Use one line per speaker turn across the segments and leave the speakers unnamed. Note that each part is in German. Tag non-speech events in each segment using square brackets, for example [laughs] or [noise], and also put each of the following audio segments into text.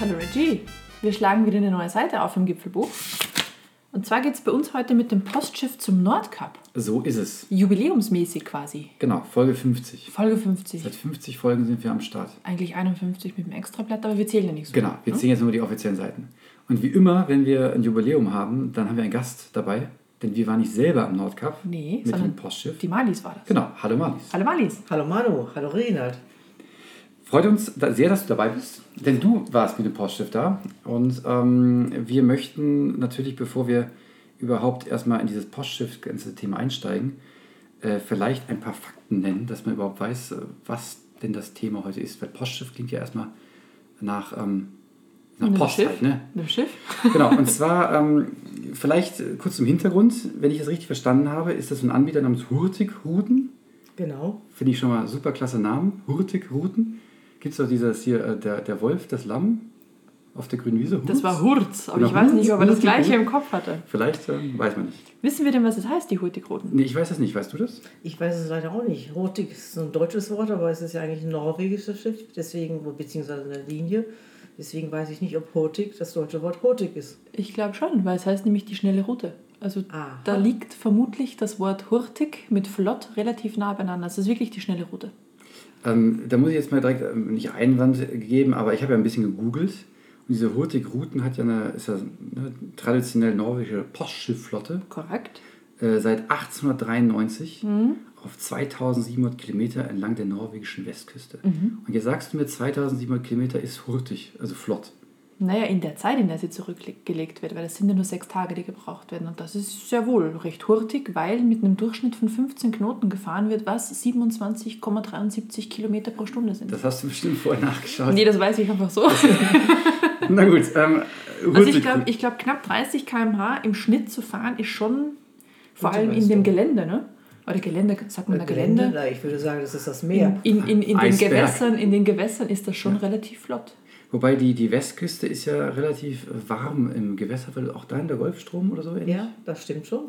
Hallo Reggie, wir schlagen wieder eine neue Seite auf im Gipfelbuch. Und zwar geht es bei uns heute mit dem Postschiff zum Nordkap.
So ist es.
Jubiläumsmäßig quasi.
Genau, Folge 50.
Folge 50.
Seit 50 Folgen sind wir am Start.
Eigentlich 51 mit dem Extrablatt, aber wir zählen ja nicht so.
Genau, wir ziehen jetzt nur die offiziellen Seiten. Und wie immer, wenn wir ein Jubiläum haben, dann haben wir einen Gast dabei, denn wir waren nicht selber am Nordkap
Nee,
mit
sondern
dem Postschiff.
Die Malis war das.
Genau, hallo Marlies.
Hallo Malis.
Hallo Manu, hallo Renat.
Freut uns da- sehr, dass du dabei bist, denn du warst mit dem Postschiff da. Und ähm, wir möchten natürlich, bevor wir überhaupt erstmal in dieses Postschiff-ganze Thema einsteigen, äh, vielleicht ein paar Fakten nennen, dass man überhaupt weiß, äh, was denn das Thema heute ist. Weil Postschiff klingt ja erstmal nach, ähm, nach
Mit dem
Post
Schiff.
halt, ne?
Mit dem Schiff.
Genau, und zwar ähm, vielleicht äh, kurz zum Hintergrund, wenn ich das richtig verstanden habe, ist das so ein Anbieter namens Hurtig Ruten.
Genau.
Finde ich schon mal super klasse Namen. Hurtig Ruten. Gibt es doch dieses hier, äh, der, der Wolf, das Lamm auf der grünen Wiese?
Das
Hurz?
war Hurz, aber
Oder
ich weiß
Hurz,
nicht, ob er das
Hurtig,
gleiche
Hurz.
im Kopf hatte.
Vielleicht ähm, weiß man nicht.
Wissen wir denn, was es heißt, die Hurtigroten?
Nee, ich weiß das nicht. Weißt du das?
Ich weiß es leider auch nicht. Rotig ist so ein deutsches Wort, aber es ist ja eigentlich ein norwegisches Schiff, deswegen, beziehungsweise eine Linie. Deswegen weiß ich nicht, ob Hotig das deutsche Wort Hotig ist.
Ich glaube schon, weil es heißt nämlich die schnelle Route. Also
Aha.
da liegt vermutlich das Wort Hurtig mit Flott relativ nah beieinander. Es ist wirklich die schnelle Route.
Ähm, da muss ich jetzt mal direkt ähm, nicht Einwand geben, aber ich habe ja ein bisschen gegoogelt. Und diese Hurtig Ruten hat ja eine, ist ja eine traditionell norwegische Postschiffflotte.
Korrekt.
äh, seit 1893
Mhm.
auf 2700 Kilometer entlang der norwegischen Westküste.
Mhm.
Und jetzt sagst du mir, 2700 Kilometer ist hurtig, also flott.
Naja, in der Zeit, in der sie zurückgelegt wird, weil das sind ja nur sechs Tage, die gebraucht werden. Und das ist sehr wohl recht hurtig, weil mit einem Durchschnitt von 15 Knoten gefahren wird, was 27,73 Kilometer pro Stunde sind.
Das hast du bestimmt vorher nachgeschaut.
nee, das weiß ich einfach so.
Na gut, ähm, hurtig.
Also ich glaube,
gut.
ich glaub, knapp 30 km/h im Schnitt zu fahren ist schon, vor
Gute
allem in
Leistung.
dem Gelände, ne? Oder Gelände, sagt man da Gelände?
Na, ich würde sagen, das ist das Meer.
In, in, in, den
Eisberg.
Gewässern, in den Gewässern ist das schon relativ flott.
Wobei die, die Westküste ist ja relativ warm im Gewässer, weil auch da in der Golfstrom oder so ähnlich.
Ja, das stimmt schon.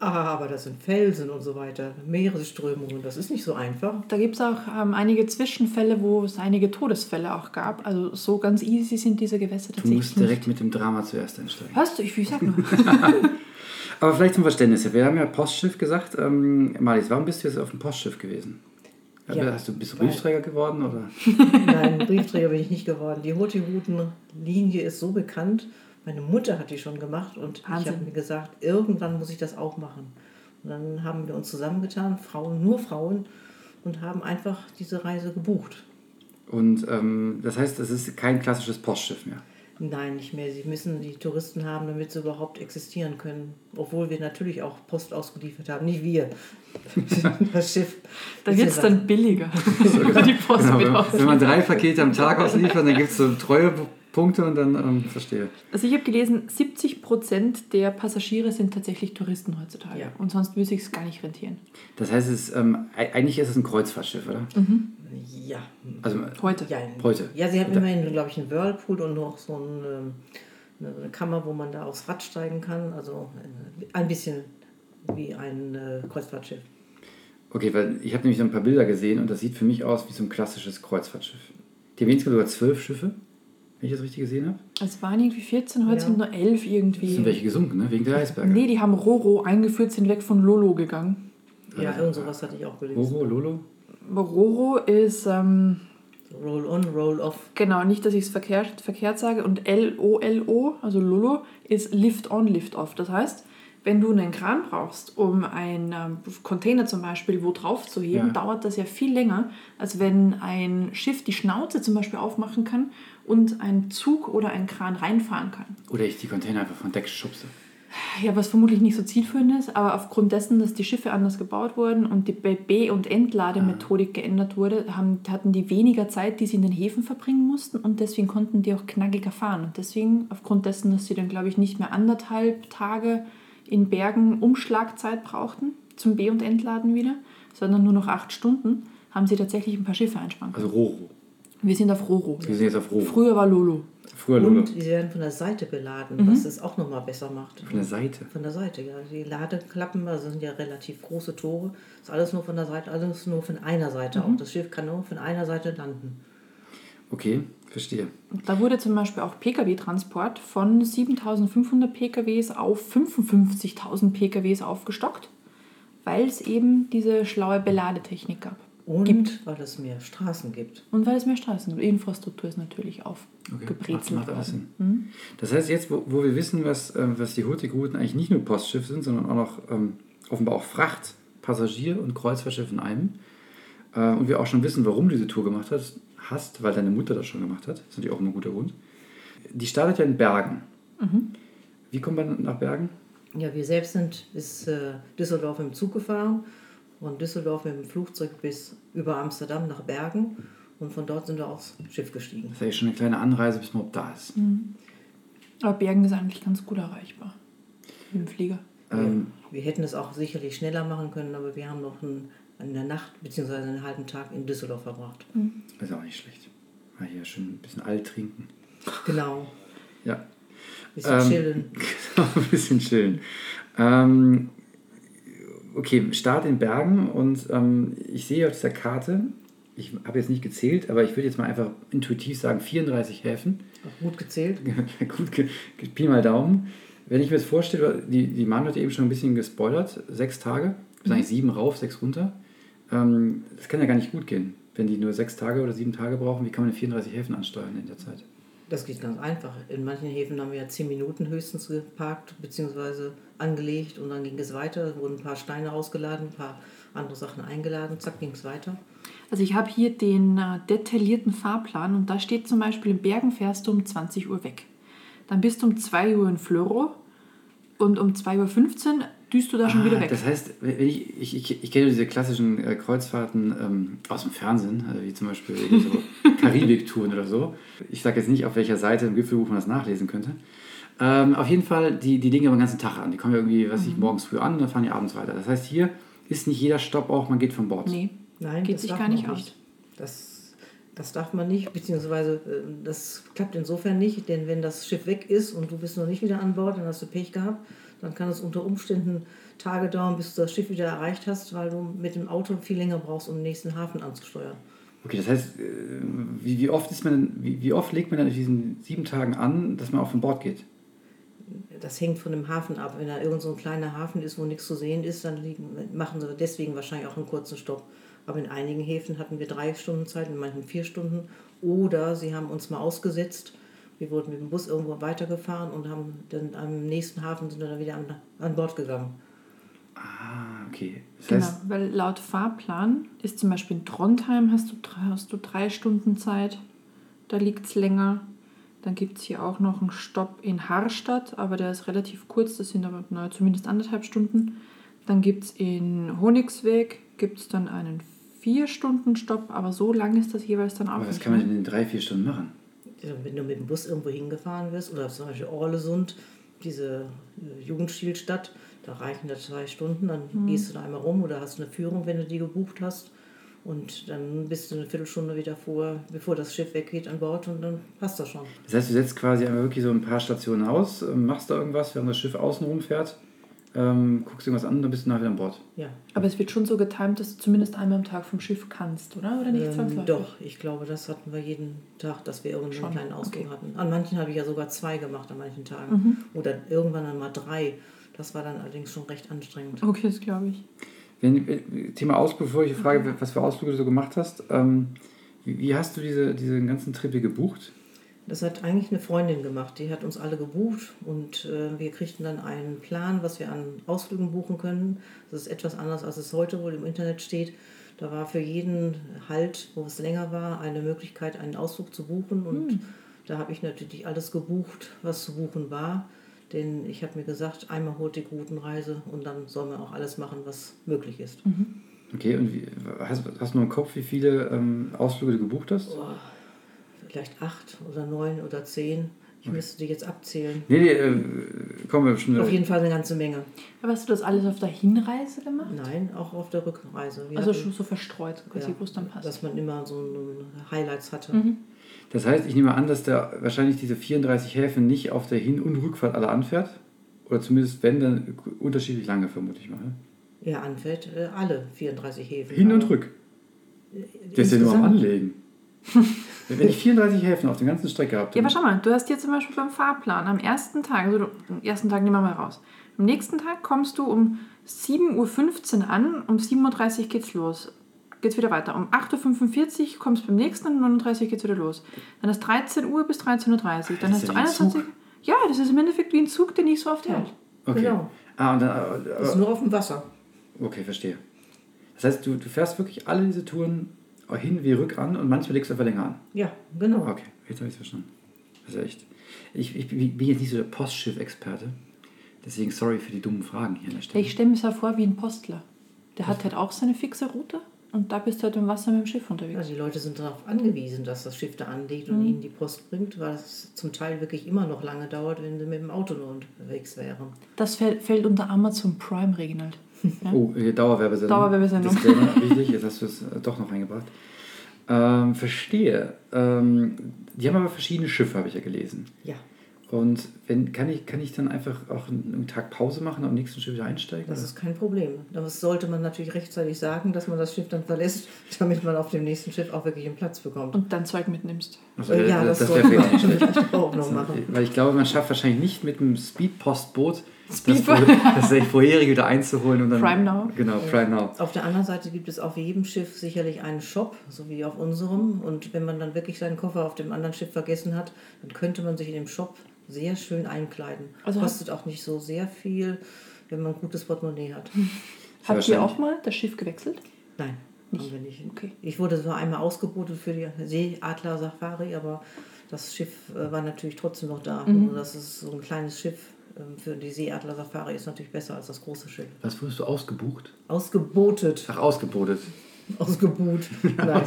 Ah, aber das sind Felsen und so weiter, Meeresströmungen, das ist nicht so einfach.
Da gibt es auch ähm, einige Zwischenfälle, wo es einige Todesfälle auch gab. Also so ganz easy sind diese Gewässer
Du
tatsächlich.
musst direkt mit dem Drama zuerst einsteigen.
nicht. Hörst du, ich,
[laughs]
ich sag nur.
Aber vielleicht zum Verständnis. Wir haben ja Postschiff gesagt. Ähm, Marlies, warum bist du jetzt auf dem Postschiff gewesen?
Ja.
Hast du, bist du Briefträger geworden? Oder?
Nein, Briefträger bin ich nicht geworden. Die Hurtigruten-Linie ist so bekannt. Meine Mutter hat die schon gemacht und ich
Wahnsinn.
habe mir gesagt, irgendwann muss ich das auch machen. Und dann haben wir uns zusammengetan, Frauen, nur Frauen, und haben einfach diese Reise gebucht.
Und ähm, das heißt, es ist kein klassisches Postschiff mehr.
Nein, nicht mehr. Sie müssen die Touristen haben, damit sie überhaupt existieren können. Obwohl wir natürlich auch Post ausgeliefert haben.
[laughs]
Nicht wir. Das Schiff.
Da wird es
[laughs]
dann billiger. Wenn die Post
Genau,
mit
wenn,
aus-
wenn man drei Pakete am Tag ausliefert, dann gibt es so Treuepunkte und dann ähm, verstehe.
Also ich habe gelesen, 70 Prozent der Passagiere sind tatsächlich Touristen heutzutage.
Ja.
Und sonst müsste ich es gar nicht rentieren.
Das heißt, es ist, ähm, e- eigentlich ist es ein Kreuzfahrtschiff, oder?
Ja.
Also
Heute.
ja
Heute.
Ja, sie haben immerhin, glaube ich, einen Whirlpool und noch so ein, ähm, eine eine Kammer, wo man da aufs Rad steigen kann. Also äh, ein bisschen wie ein äh, Kreuzfahrtschiff.
okay, weil ich habe nämlich so ein paar Bilder gesehen und das sieht für mich aus wie so ein klassisches Kreuzfahrtschiff. Die haben insgesamt sogar zwölf Schiffe, wenn ich das richtig gesehen habe.
Es waren irgendwie 14, heute
Ja.
sind nur 11
Es Sind
irgendwie.
welche gesunken, ne? wegen der Eisberge.
Nee, die haben Roro eingeführt, sind weg von Lolo gegangen.
Ja, irgend sowas hatte ich auch gelesen.
Roro, Lolo?
Roro ist... Ähm,
So roll on, roll off.
Genau, nicht, dass ich es verkehrt, verkehrt sage. Und LOLO, also Lolo, ist Lift on, Lift off. Das heißt, wenn du einen Kran brauchst, um einen ähm, Container zum Beispiel wo drauf zu heben,
Ja.
dauert das ja viel länger, als wenn ein Schiff die Schnauze zum Beispiel aufmachen kann und ein Zug oder ein Kran reinfahren kann.
Oder ich die Container einfach von Deck schubse.
Ja, was vermutlich nicht so zielführend ist, aber aufgrund dessen, dass die Schiffe anders gebaut wurden und die B- und
Ah.
Entlademethodik geändert wurde, haben, hatten die weniger Zeit, die sie in den Häfen verbringen mussten und deswegen konnten die auch knackiger fahren. Und deswegen, aufgrund dessen, dass sie dann, glaube ich, nicht mehr anderthalb Tage in Bergen Umschlagzeit brauchten zum B- und Entladen wieder, sondern nur noch acht Stunden, haben sie tatsächlich ein paar Schiffe einsparen können.
Also Roro.
Wir sind auf Roro.
Wir sind jetzt auf Roro.
Früher war Lolo.
Früher Lolo.
Und sie werden von der Seite beladen, was es auch nochmal besser macht.
Von der Seite.
Von der Seite, ja. Die Ladeklappen, also sind ja relativ große Tore. Ist alles nur von der Seite, alles nur von einer Seite. Auch das Schiff kann nur von einer Seite landen.
Okay, verstehe.
Da wurde zum Beispiel auch Pkw-Transport von 7500 Pkws auf 55.000 Pkws aufgestockt, weil es eben diese schlaue Beladetechnik gab.
Und
Gibt.
weil es mehr Straßen gibt.
Und weil es mehr Straßen gibt. Infrastruktur ist natürlich
Okay. Macht,
aufgebrezelt
macht alles
worden.
Sinn. Das heißt, jetzt, wo, wo wir wissen, was, ähm, was die Hurtigruten eigentlich nicht nur Postschiff sind, sondern auch noch ähm, offenbar auch Fracht, Passagier und Kreuzfahrtschiff in einem, äh, und wir auch schon wissen, warum du diese Tour gemacht hast, hast, weil deine Mutter das schon gemacht hat, das ist natürlich auch ein guter Grund. Die startet ja in Bergen. Wie kommt man nach Bergen?
Ja, wir selbst sind bis äh, Düsseldorf im Zug gefahren, von Düsseldorf mit dem Flugzeug bis über Amsterdam nach Bergen und von dort sind wir aufs Schiff gestiegen.
Das ist ja schon eine kleine Anreise, bis man überhaupt da ist.
Aber Bergen ist eigentlich ganz gut erreichbar. Mit dem Flieger.
Ähm,
Wir hätten es auch sicherlich schneller machen können, aber wir haben noch einen, in der Nacht bzw. einen halben Tag in Düsseldorf verbracht.
Ist auch nicht schlecht. Mal hier schön ein bisschen alt trinken.
Genau,
Ja, Ähm,
bisschen chillen.
Genau, [laughs] ein bisschen chillen. Ähm, okay, Start in Bergen und ähm, ich sehe auf dieser Karte, ich habe jetzt nicht gezählt, aber ich würde jetzt mal einfach intuitiv sagen, 34 Häfen.
Auch gut gezählt.
[laughs] Gut, ge- ge- Pi mal Daumen. Wenn ich mir das vorstelle, die, die Mann hat eben schon ein bisschen gespoilert, sechs Tage, bis eigentlich sieben rauf, sechs runter. Ähm, das kann ja gar nicht gut gehen, wenn die nur sechs Tage oder sieben Tage brauchen. Wie kann man denn 34 Häfen ansteuern in der Zeit?
Das geht ganz einfach. In manchen Häfen haben wir ja zehn Minuten höchstens geparkt bzw. angelegt und dann ging es weiter. Da wurden ein paar Steine rausgeladen, ein paar andere Sachen eingeladen, zack, ging es weiter.
Also ich habe hier den äh, detaillierten Fahrplan und da steht zum Beispiel, in Bergen fährst du um 20 Uhr weg. Dann bist du um 2 Uhr in Flörow und um 2.15 Uhr düst du da schon
Ah,
wieder weg.
Das heißt, wenn ich, ich, ich, ich kenne diese klassischen äh, Kreuzfahrten ähm, aus dem Fernsehen, also wie zum Beispiel
[laughs]
so Karibik-Touren oder so. Ich sage jetzt nicht, auf welcher Seite im Gipfelbuch man das nachlesen könnte. Ähm, auf jeden Fall, die, die legen aber den ganzen Tag an. Die kommen ja irgendwie, was
Mhm.
ich, morgens früh an und dann fahren die abends weiter. Das heißt, hier ist nicht jeder Stopp auch, man geht von Bord.
nee,
Nein,
geht
das
sich
darf
gar
man
nicht aus.
Das, das darf man nicht, beziehungsweise äh, das klappt insofern nicht, denn wenn das Schiff weg ist und du bist noch nicht wieder an Bord, dann hast du Pech gehabt, dann kann es unter Umständen Tage dauern, bis du das Schiff wieder erreicht hast, weil du mit dem Auto viel länger brauchst, um den nächsten Hafen anzusteuern.
Okay, das heißt, äh, wie, wie, oft ist man denn, wie, wie oft legt man dann in diesen sieben Tagen an, dass man auch von Bord geht?
Das hängt von dem Hafen ab. Wenn da irgend so ein kleiner Hafen ist, wo nichts zu sehen ist, dann liegen, machen sie deswegen wahrscheinlich auch einen kurzen Stopp. Aber in einigen Häfen hatten wir drei Stunden Zeit, in manchen vier Stunden. Oder sie haben uns mal ausgesetzt. Wir wurden mit dem Bus irgendwo weitergefahren und haben dann am nächsten Hafen sind wir dann wieder an, an Bord gegangen.
Ah, okay. Das
Genau,
heißt,
weil laut Fahrplan ist zum Beispiel in Trondheim hast du, dr- hast du drei Stunden Zeit, da liegt es länger. Dann gibt es hier auch noch einen Stopp in Harstadt, aber der ist relativ kurz, das sind aber na, zumindest anderthalb Stunden. Dann gibt es in Honigsweg gibt's dann einen vier Stunden Stopp, aber so lang ist das jeweils dann auch
aber was
nicht.
kann man
ne?
denn in drei, vier Stunden machen?
Wenn du mit dem Bus irgendwo hingefahren wirst, oder zum Beispiel Orlesund, diese äh, Jugendstilstadt, da reichen da zwei Stunden, dann
Mhm.
gehst du da einmal rum oder hast eine Führung, wenn du die gebucht hast. Und dann bist du eine Viertelstunde wieder vor, bevor das Schiff weggeht an Bord und dann passt das schon.
Das heißt, du setzt quasi einmal wirklich so ein paar Stationen aus, ähm, machst da irgendwas, während das Schiff außen rumfährt, ähm, guckst irgendwas an und dann bist du nachher wieder an Bord.
Ja.
aber es wird schon so getimt, dass du zumindest einmal am Tag vom Schiff kannst, oder? Oder nicht
Ähm,
zwangsläufig?
doch, ich glaube, das hatten wir jeden Tag, dass wir irgendeinen
Schon,
kleinen Ausflug
okay. Mhm.
hatten. An manchen habe ich ja sogar zwei gemacht, an manchen Tagen. Oder irgendwann dann mal drei. Das war dann allerdings schon recht anstrengend.
Okay, das glaube ich.
Wenn, äh, Thema Ausflug, bevor ich frage, was für Ausflüge du so gemacht hast, ähm, wie, wie hast du diese, diesen ganzen Trip hier gebucht?
Das hat eigentlich eine Freundin gemacht. Die hat uns alle gebucht und äh, wir kriegten dann einen Plan, was wir an Ausflügen buchen können. Das ist etwas anders, als es heute wohl im Internet steht. Da war für jeden Halt, wo es länger war, eine Möglichkeit, einen Ausflug zu buchen. Und da habe ich natürlich alles gebucht, was zu buchen war. Denn ich habe mir gesagt, einmal holt die Routenreise und dann soll man auch alles machen, was möglich ist.
Okay, und wie, hast, hast du noch im Kopf, wie viele ähm, Ausflüge du gebucht hast?
Vielleicht acht oder neun oder zehn. Ich müsste die jetzt abzählen.
Nee, nee, äh, kommen wir bestimmt.
Auf jeden Fall eine ganze Menge.
Aber hast du das alles auf der Hinreise gemacht?
Nein, auch auf der Rückreise. Wir
Also
hatten-
schon so verstreut, quasi, wo es dann passt. Mhm.
Dass man immer so ein Highlights hatte.
Das heißt, ich nehme an, dass da wahrscheinlich diese 34 Häfen nicht auf der Hin- und Rückfahrt alle anfährt. Oder zumindest, wenn, dann unterschiedlich lange, vermute ich mal. ne?
Ja, anfällt äh, alle 34 Häfen.
Hin und
Aber
rück. Das ist ja nur am
insgesamt-
Anlegen. Wenn ich 34 Häfen auf der ganzen Strecke habe,
Ja,
dann-
aber schau mal, du hast hier zum Beispiel beim Fahrplan am ersten Tag, also du- am ersten Tag nehmen wir mal raus. Am nächsten Tag kommst du um 7.15 Uhr an, um 7.30 Uhr geht's los. Geht's wieder weiter. Um 8.45 Uhr kommst beim nächsten, um 39 Uhr geht's wieder los. Dann hast 13 Uhr bis 13.30 Uhr. Dann
Das
hast
ist
du
ja wie ein
21
Zug.
Ja, das ist im Endeffekt wie ein Zug, der nicht so oft hält.
okay.
Genau.
Ah, und dann, äh,
Das ist nur auf dem Wasser.
Okay, verstehe. Das heißt, du, du fährst wirklich alle diese Touren hin wie rück an und manchmal legst du einfach länger an.
Ja, genau.
Ah, Okay, jetzt habe ich es verstanden. Also echt. Ich, ich bin bin jetzt nicht so der Postschiff-Experte. Deswegen sorry für die dummen Fragen hier an der
Ja,
Stelle.
ich stelle mir das halt vor wie ein Postler. Der hat halt auch seine fixe Route und da bist du halt im Wasser mit dem Schiff unterwegs.
Ja, Also die Leute sind darauf angewiesen, dass das Schiff da anlegt
Mhm.
und ihnen die Post bringt, weil es zum Teil wirklich immer noch lange dauert, wenn sie mit dem Auto nur unterwegs wären.
Das fällt, fällt unter Amazon Prime, Reginald. Ja?
Oh, hier Dauerwerbesendung.
Dauerwerbesendung.
Disclaimer,
[laughs]
wichtig, jetzt hast du es äh, doch noch eingebracht. Ähm, verstehe. Ähm, die haben aber verschiedene Schiffe, habe ich ja gelesen.
Ja,
Und wenn, kann, ich, kann ich dann einfach auch einen, einen Tag Pause machen und am nächsten Schiff wieder einsteigen?
das
oder?
ist kein Problem. Das sollte man natürlich rechtzeitig sagen, dass man das Schiff dann verlässt, [laughs] damit man auf dem nächsten Schiff auch wirklich einen Platz bekommt.
Und dann Zeug mitnimmst.
Also,
Äh,
äh,
ja, das,
das
sollte
wäre vielleicht
man
nicht schlecht.
vielleicht
[laughs]
auch noch machen.
Weil ich glaube, man schafft wahrscheinlich nicht mit einem Speedpostboot das,
[laughs]
Speedboat.
vorher- das vorherige wieder einzuholen und dann.
Prime Now.
Genau, Prime Now.
Auf der anderen Seite gibt es auf jedem Schiff sicherlich einen Shop, so wie auf unserem. Und wenn man dann wirklich seinen Koffer auf dem anderen Schiff vergessen hat, dann könnte man sich in dem Shop sehr schön einkleiden.
Also
Kostet auch nicht so sehr viel, wenn man ein gutes Portemonnaie hat.
Hm. Habt ihr
wahrscheinlich.
auch mal das Schiff gewechselt?
Nein, haben wir nicht.
Okay.
Ich wurde zwar einmal ausgebotet für die Seeadler-Safari, aber das Schiff äh, war natürlich trotzdem noch da.
Mhm.
Nur das ist so ein kleines Schiff ähm, für die Seeadler-Safari ist natürlich besser als das große Schiff.
Was wurdest du ausgebucht?
[laughs]
Ausgebotet.
Ach, ausgebotet.
Ausgebuht. Nein.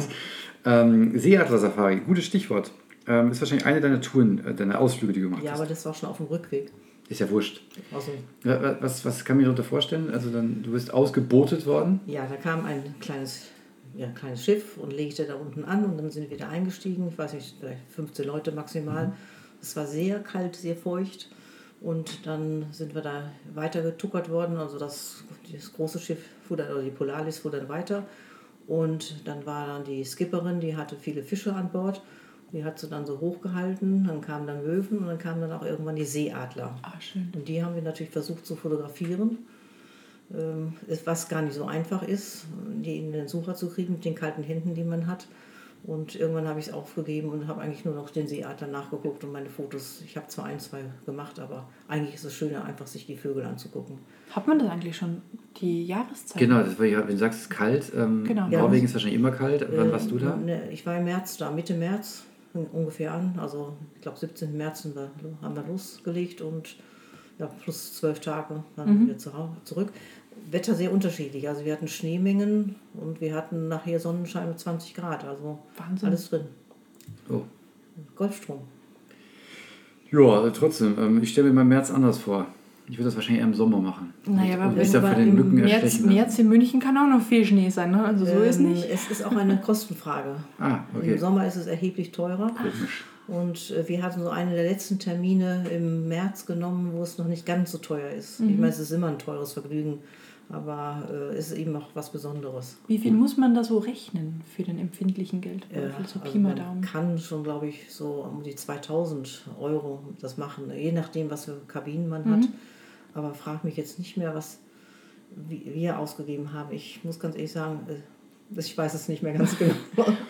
Ähm, Seeadler-Safari, gutes Stichwort. Ähm, ist wahrscheinlich eine deiner Touren, äh, deiner Ausflüge, die du gemacht
Ja, aber
hast.
das war schon auf dem Rückweg.
Ist ja wurscht.
Also,
Wa- wa- Was, was kann ich mir darunter vorstellen? Also, dann, du bist ausgebotet worden.
ja, da kam ein kleines, ja, kleines Schiff und legte da unten an und dann sind wir da eingestiegen. Ich weiß nicht, vielleicht 15 Leute maximal. Es war sehr kalt, sehr feucht. Und dann sind wir da weiter getuckert worden. Also das, das große Schiff fuhr dann, oder die Polaris fuhr dann weiter. Und dann war dann die Skipperin, die hatte viele Fische an Bord. Die hat sie dann so hochgehalten. Dann kamen dann Möwen und dann kamen dann auch irgendwann die Seeadler.
Ah, schön.
Und die haben wir natürlich versucht zu fotografieren, ähm, ist- was gar nicht so einfach ist, die in den Sucher zu kriegen mit den kalten Händen, die man hat. Und irgendwann habe ich es aufgegeben und habe eigentlich nur noch den Seeadler nachgeguckt und meine Fotos. Ich habe zwar ein, zwei gemacht, aber eigentlich ist es schöner, einfach sich die Vögel anzugucken.
Hat man das eigentlich schon? Die Jahreszeit?
Genau, das war ja, wenn du sagst, es ist kalt. Ähm,
Genau.
in
Ja.
Norwegen ist wahrscheinlich immer kalt. Wann
Ähm,
warst du da?
ne, Ich war im März da, Mitte März fing ungefähr an. Also ich glaube 17. März sind wir, haben wir losgelegt und ja, plus zwölf Tage waren wir zu Hau- zurück. Wetter sehr unterschiedlich. Also wir hatten Schneemengen und wir hatten nachher Sonnenschein mit 20 Grad. Also
Wahnsinn.
alles drin.
Oh.
Golfstrom.
Ja, also trotzdem. Ähm, ich stelle mir meinen März anders vor. Ich würde das wahrscheinlich eher im Sommer machen. Und-
Naja, aber
und
wenn
mich dann
wir
von den
im
Mücken ne?
März,
erstechen lassen.
März in München kann auch noch viel Schnee sein, ne? Also so ist
Ähm,
nicht.
Es ist auch eine Kostenfrage.
[laughs] Ah,
Im
okay.
Sommer ist es erheblich teurer. Und äh, wir hatten so einen der letzten Termine im März genommen, wo es noch nicht ganz so teuer ist.
Mhm.
Ich meine, es ist immer ein teures Vergnügen, aber äh, es ist eben auch was Besonderes.
Wie viel muss man da so rechnen für den empfindlichen Geld? Wie
Äh,
viel so Pi
also
mal
man
Daumen?
kann schon, glaube ich, so um die 2000 Euro das machen, je nachdem, was für Kabinen man hat.
Mhm.
Aber frag mich jetzt nicht mehr, was wi- wir ausgegeben haben. Ich muss ganz ehrlich sagen, äh, ich weiß es nicht mehr ganz [laughs] genau.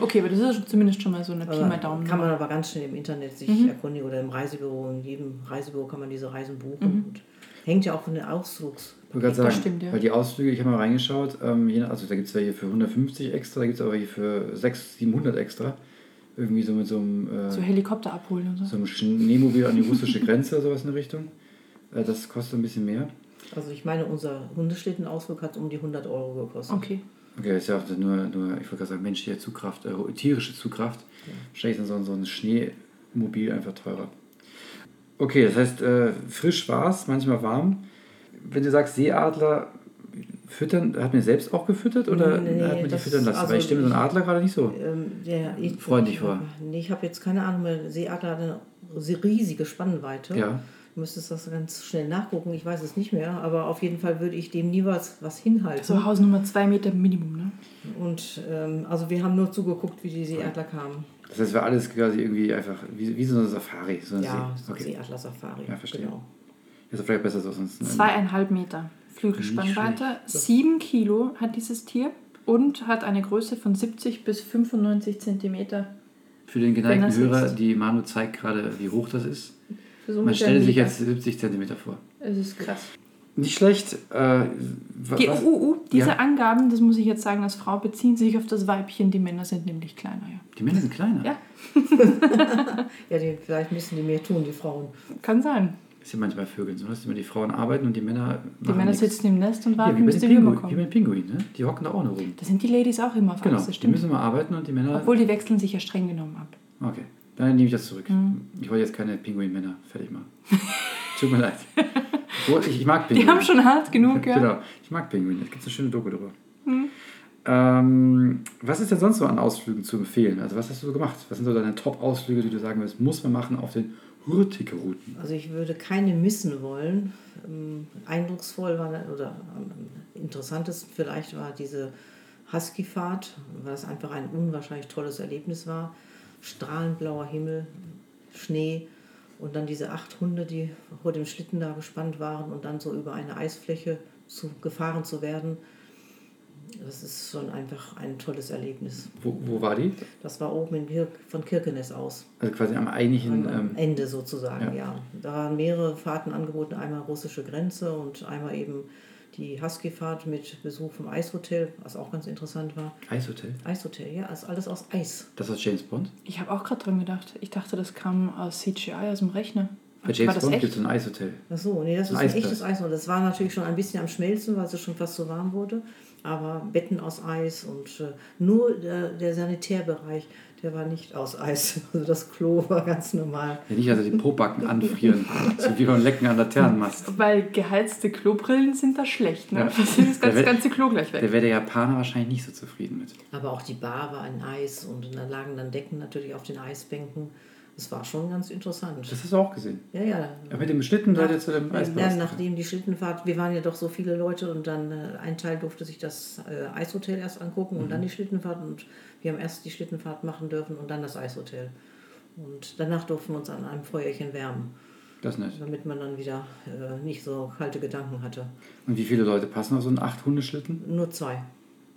Okay, aber das ist ja zumindest schon mal so eine Pi
Aber
mal Daumen. Mhm.
Kann man aber ganz schnell im Internet sich erkundigen oder im Reisebüro. In jedem Reisebüro kann man diese Reisen buchen.
Mhm.
Und hängt ja auch von den Ausflugs.
Ich wollte gerade
Das
sagen,
stimmt, ja.
weil die Ausflüge, ich habe mal reingeschaut, ähm, je nach- also da gibt es welche für 150 extra, da gibt es aber welche für 600, 700 extra. Irgendwie so mit so einem, äh,
So Helikopter abholen und so.
so einem Schneemobil an die russische Grenze oder sowas in die Richtung. Äh, das kostet ein bisschen mehr.
Also ich meine, unser Hundestättenausflug hat um die 100 Euro gekostet.
Okay.
Okay, ist ja auch nur, nur ich wollte gerade sagen, menschliche Zugkraft, äh, tierische Zugkraft. Wahrscheinlich ist dann so, so ein Schneemobil einfach teurer. Okay, das heißt, äh, frisch war es, manchmal warm. Wenn du sagst Seeadler, füttern, hat man die selbst auch gefüttert oder
Nee,
hat man die
das-
füttern lassen? Weil ich
also
stelle mir so einen Adler gerade nicht so.
Ähm, der, ich,
Freundlich war.
Nee, ich habe jetzt keine Ahnung, weil Seeadler hat eine riesige Spannweite.
Ja.
Du müsstest das ganz schnell nachgucken. Ich weiß es nicht mehr, aber auf jeden Fall würde ich dem nie was, was hinhalten.
So Hausnummer zwei Meter Minimum, ne?
Und ähm, also wir haben nur zugeguckt, wie die Seeadler kamen.
Das heißt, war alles quasi irgendwie einfach wie, wie so eine Safari. So eine
Ja,
See. Okay.
Seeadler-Safari.
Ja, verstehe.
Genau.
Ist doch vielleicht besser so sonst. ne?
Zweieinhalb Meter Flügelspannweite, sieben Kilo hat dieses Tier und hat eine Größe von 70 bis 95 Zentimeter.
Für den geneigten
das
Hörer,
ist-
die Manu zeigt gerade, wie hoch das ist.
So
Man
ungefähr
stelle
ein
sich
Meter.
jetzt 70 cm vor.
Es ist krass.
Nicht schlecht. Äh, wa-
Die,
was-
oh, oh, oh, diese
Ja.
Angaben, das muss ich jetzt sagen, als Frau beziehen sich auf das Weibchen, die Männer sind nämlich kleiner. Ja.
die Männer sind kleiner.
Ja.
Ja, die, vielleicht müssen die mehr tun, die Frauen.
Kann sein.
Ist ja manchmal bei Vögeln so, dass immer die Frauen arbeiten und die Männer.
Die
machen
Männer
nichts.
sitzen im Nest und
ja, wie
warten,
bei
bis
den
die Würmer
Pinguinen. Wie bei
kommen.
den Pinguinen, ne? Die hocken da auch noch rum.
Da sind die Ladies auch immer auf
Genau,
Achse,
die
stimmt.
müssen mal arbeiten und die Männer.
Obwohl, die wechseln sich ja streng genommen ab.
Okay, dann nehme ich das zurück.
Mhm.
Ich wollte jetzt keine Pinguin-Männer fertig machen. [laughs] Tut mir leid. Obwohl, Ich, ich mag
Die
Pinguine.
haben schon hart [laughs] genug,
[laughs]
ja.
Genau, ich mag Pinguine. Es gibt eine schöne Doku drüber. Ähm, was ist denn sonst so an Ausflügen zu empfehlen? Also, was hast du so gemacht? Was sind so deine Top-Ausflüge, die du sagen würdest, muss man machen auf den Hurtige-Routen?
Also ich würde keine missen wollen. Ähm, Eindrucksvoll war oder am interessantesten vielleicht war diese Husky-Fahrt, weil es einfach ein unwahrscheinlich tolles Erlebnis war. Strahlend blauer Himmel, Schnee und dann diese acht Hunde, die vor dem Schlitten da gespannt waren und dann so über eine Eisfläche zu, gefahren zu werden. Das ist schon einfach ein tolles Erlebnis.
Wo, wo war die?
Das war oben in Kirk, von Kirkenes aus.
Also, quasi am eigentlichen.
Am
Ähm,
Ende sozusagen,
ja.
ja. Da waren mehrere Fahrten angeboten, einmal russische Grenze und einmal eben die Husky-Fahrt mit Besuch vom Eishotel, was auch ganz interessant war.
Eishotel?
Eishotel, ja, ist alles aus Eis.
Das ist James Bond?
Ich habe auch gerade dran gedacht. Ich dachte, das kam aus CGI, aus dem Rechner.
Bei James
das
Bond
echt?
gibt es ein Eishotel.
Ach so, nee, das
Ein
ist ein
Eisplatz.
echtes Eis. Und das war natürlich schon ein bisschen am Schmelzen, weil es schon fast so warm wurde. Aber Betten aus Eis und äh, nur der, der Sanitärbereich, der war nicht aus Eis. [laughs] Also das Klo war ganz normal.
Ja, nicht, also
[laughs]
die Pobacken anfrieren, so wie beim Lecken an Laternenmast.
Weil geheizte Klobrillen sind [laughs] da schlecht, ne?
Ja.
Ja. Das ist das
Der
ganze,
Welt-
ganze Klo gleich
Da
weg.
wäre der Japaner wahrscheinlich nicht so zufrieden mit.
Aber auch die Bar war ein Eis und da lagen dann Decken natürlich auf den Eisbänken. Das war schon ganz interessant.
Das hast du auch gesehen.
Ja, ja.
Ja, mit dem Schlitten seid ihr zu dem
ja,
Eisberg.
nachdem die Schlittenfahrt, wir waren ja doch so viele Leute und dann äh, ein Teil durfte sich das äh, Eishotel erst angucken und
Mhm.
dann die Schlittenfahrt und wir haben erst die Schlittenfahrt machen dürfen und dann das Eishotel. Und danach durften wir uns an einem Feuerchen wärmen,
das ist nett.
damit man dann wieder äh, nicht so kalte Gedanken hatte.
Und wie viele Leute passen auf so einen 8-Hundeschlitten?
Nur zwei.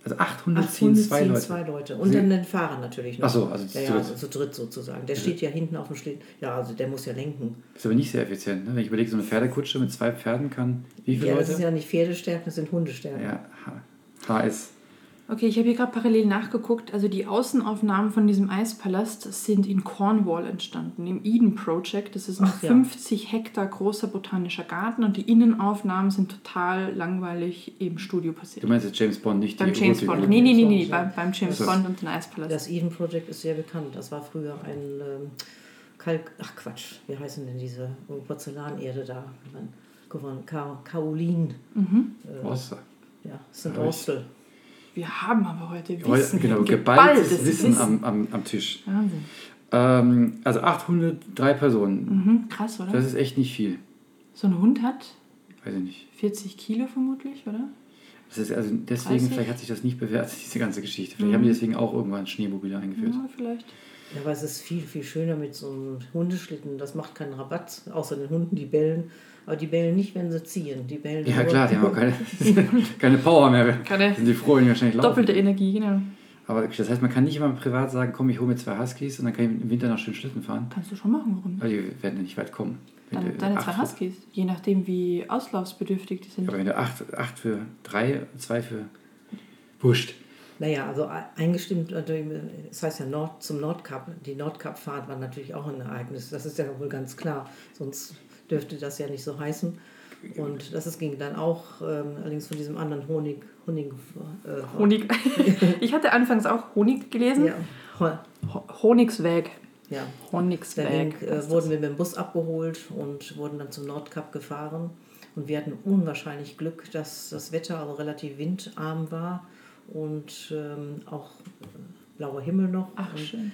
Also 8 Hunde
Ach,
ziehen
Hunde
zwei
ziehen
Leute.
zwei Leute. Und
Sie-
dann den Fahrer natürlich noch.
Ach so, also zu
ja, ja,
dritt.
also zu dritt sozusagen. Der steht ja hinten auf dem Schlitten. Ja, also der muss ja lenken.
Ist aber nicht sehr effizient. Ne? Wenn ich überlege, so eine Pferdekutsche mit zwei Pferden kann. Wie viele
Ja, das
Leute?
ist ja nicht Pferdestärken, das sind Hundestärken.
ja, H- HS.
Okay, ich habe hier gerade parallel nachgeguckt. Also die Außenaufnahmen von diesem Eispalast sind in Cornwall entstanden, im Eden Project. Das ist ein
Ach ja.
50 Hektar großer botanischer Garten und die Innenaufnahmen sind total langweilig im Studio
Du
passiert.
meinst jetzt James Bond, nicht
Beim
die
James
Route.
Bond.
Route.
Nee, nee, nee, nee,
Sorry.
beim, beim James
Das-
Bond und den Eispalast.
Also Das Eden Project ist sehr bekannt. Das war früher ein ähm, Kalk. Ach Quatsch, wie heißen denn diese um Porzellanerde da? Man- gewonnen? Ka Kaolin.
Wasser.
Ja, St.
Ja, ich-
Austell.
Wir haben aber heute Wissen.
Heu- Genau,
ein
geballtes Wissen, Am, am, am Tisch.
Wahnsinn.
Ähm, also 8 Hunde, drei Personen.
Mhm, krass, oder?
Das ist echt nicht viel.
So ein Hund hat
Weiß ich nicht.
40 Kilo vermutlich, oder?
Das ist also deswegen,
30?
vielleicht hat sich das nicht bewährt, also diese ganze Geschichte. Vielleicht haben die deswegen auch irgendwann Schneemobile eingeführt.
Ja, vielleicht.
Ja, aber es ist viel, viel schöner mit so einem Hundeschlitten. Das macht keinen Rabatt, außer den Hunden, die bellen. Aber die bellen nicht, wenn sie ziehen. Die bellen
Ja
nur-
klar, die haben auch keine, [laughs] keine Power mehr.
Keine-
sind die froh, wenn die wahrscheinlich laufen.
Doppelte Energie, genau.
Aber das heißt, man kann nicht immer privat sagen, komm, ich hole mir zwei Huskies und dann kann ich im Winter noch schön Schlitten fahren.
Kannst du schon machen, warum?
Weil die werden ja nicht weit kommen.
Äh,
Wenn
Deine,
du
deine
acht
zwei
für-
Huskies, je nachdem wie auslaufsbedürftig die sind.
Aber wenn du acht, acht für drei, zwei für... Wurscht.
Naja, also e- eingestimmt, natürlich, es heißt ja Nord, zum Nordkap. Die Nordkap-Fahrt war natürlich auch ein Ereignis. Das ist ja wohl ganz klar. Sonst dürfte das ja nicht so heißen. Und das ist, ging dann auch, ähm, allerdings von diesem anderen Honig. Honig. Äh,
Honig.
[laughs]
ich hatte anfangs auch Honig gelesen.
Ja, Ho-
Ho- Honigsweg.
ja. Da ging,
Honigsweg.
äh, wurden wir mit dem Bus abgeholt und wurden dann zum Nordkap gefahren. Und wir hatten unwahrscheinlich Glück, dass das Wetter also relativ windarm war und ähm, auch äh, blauer Himmel noch.
Ach,
und
schön.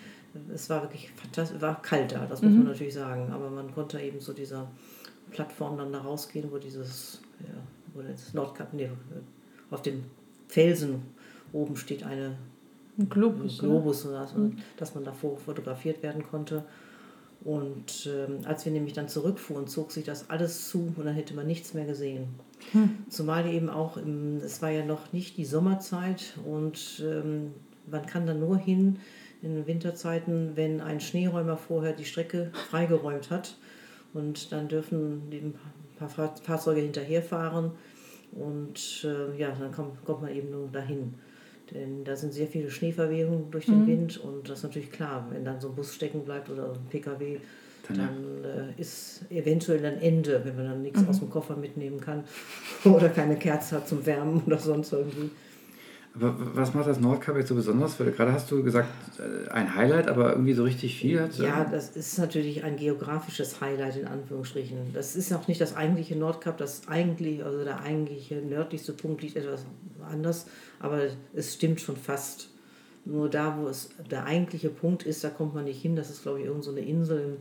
Es war wirklich fantastisch, war kalt da, das muss man natürlich sagen. Aber man konnte eben zu dieser Plattform dann da rausgehen, wo dieses, ja, wo das Nordkap, nee, auf dem Felsen oben steht eine
Ein Globus, ne?
ein Globus oder so, dass man davor fotografiert werden konnte. Und ähm, als wir nämlich dann zurückfuhren, zog sich das alles zu und dann hätte man nichts mehr gesehen. Zumal eben auch, im, es war ja noch nicht die Sommerzeit und ähm, man kann da nur hin in den Winterzeiten, wenn ein Schneeräumer vorher die Strecke freigeräumt hat. Und dann dürfen die ein paar Fahr- Fahrzeuge hinterherfahren und äh, ja, dann kommt, kommt man eben nur dahin. Denn da sind sehr viele Schneeverwehungen durch den Wind und das ist natürlich klar, wenn dann so ein Bus stecken bleibt oder so ein Pkw,
Dann,
dann,
ja.
äh, ist eventuell ein Ende, wenn man dann nichts aus dem Koffer mitnehmen kann [laughs] oder keine Kerze hat zum Wärmen oder sonst irgendwie.
Aber was macht das Nordkap jetzt so besonders? Weil gerade hast du gesagt, äh, ein Highlight, aber irgendwie so richtig viel. hat's, äh,
Ja, das ist natürlich ein geografisches Highlight in Anführungsstrichen. Das ist auch nicht das eigentliche Nordkap, das eigentlich, also der eigentliche nördlichste Punkt liegt etwas anders, aber es stimmt schon fast. Nur da, wo es der eigentliche Punkt ist, da kommt man nicht hin. Das ist, glaube ich, irgend so eine Insel, im,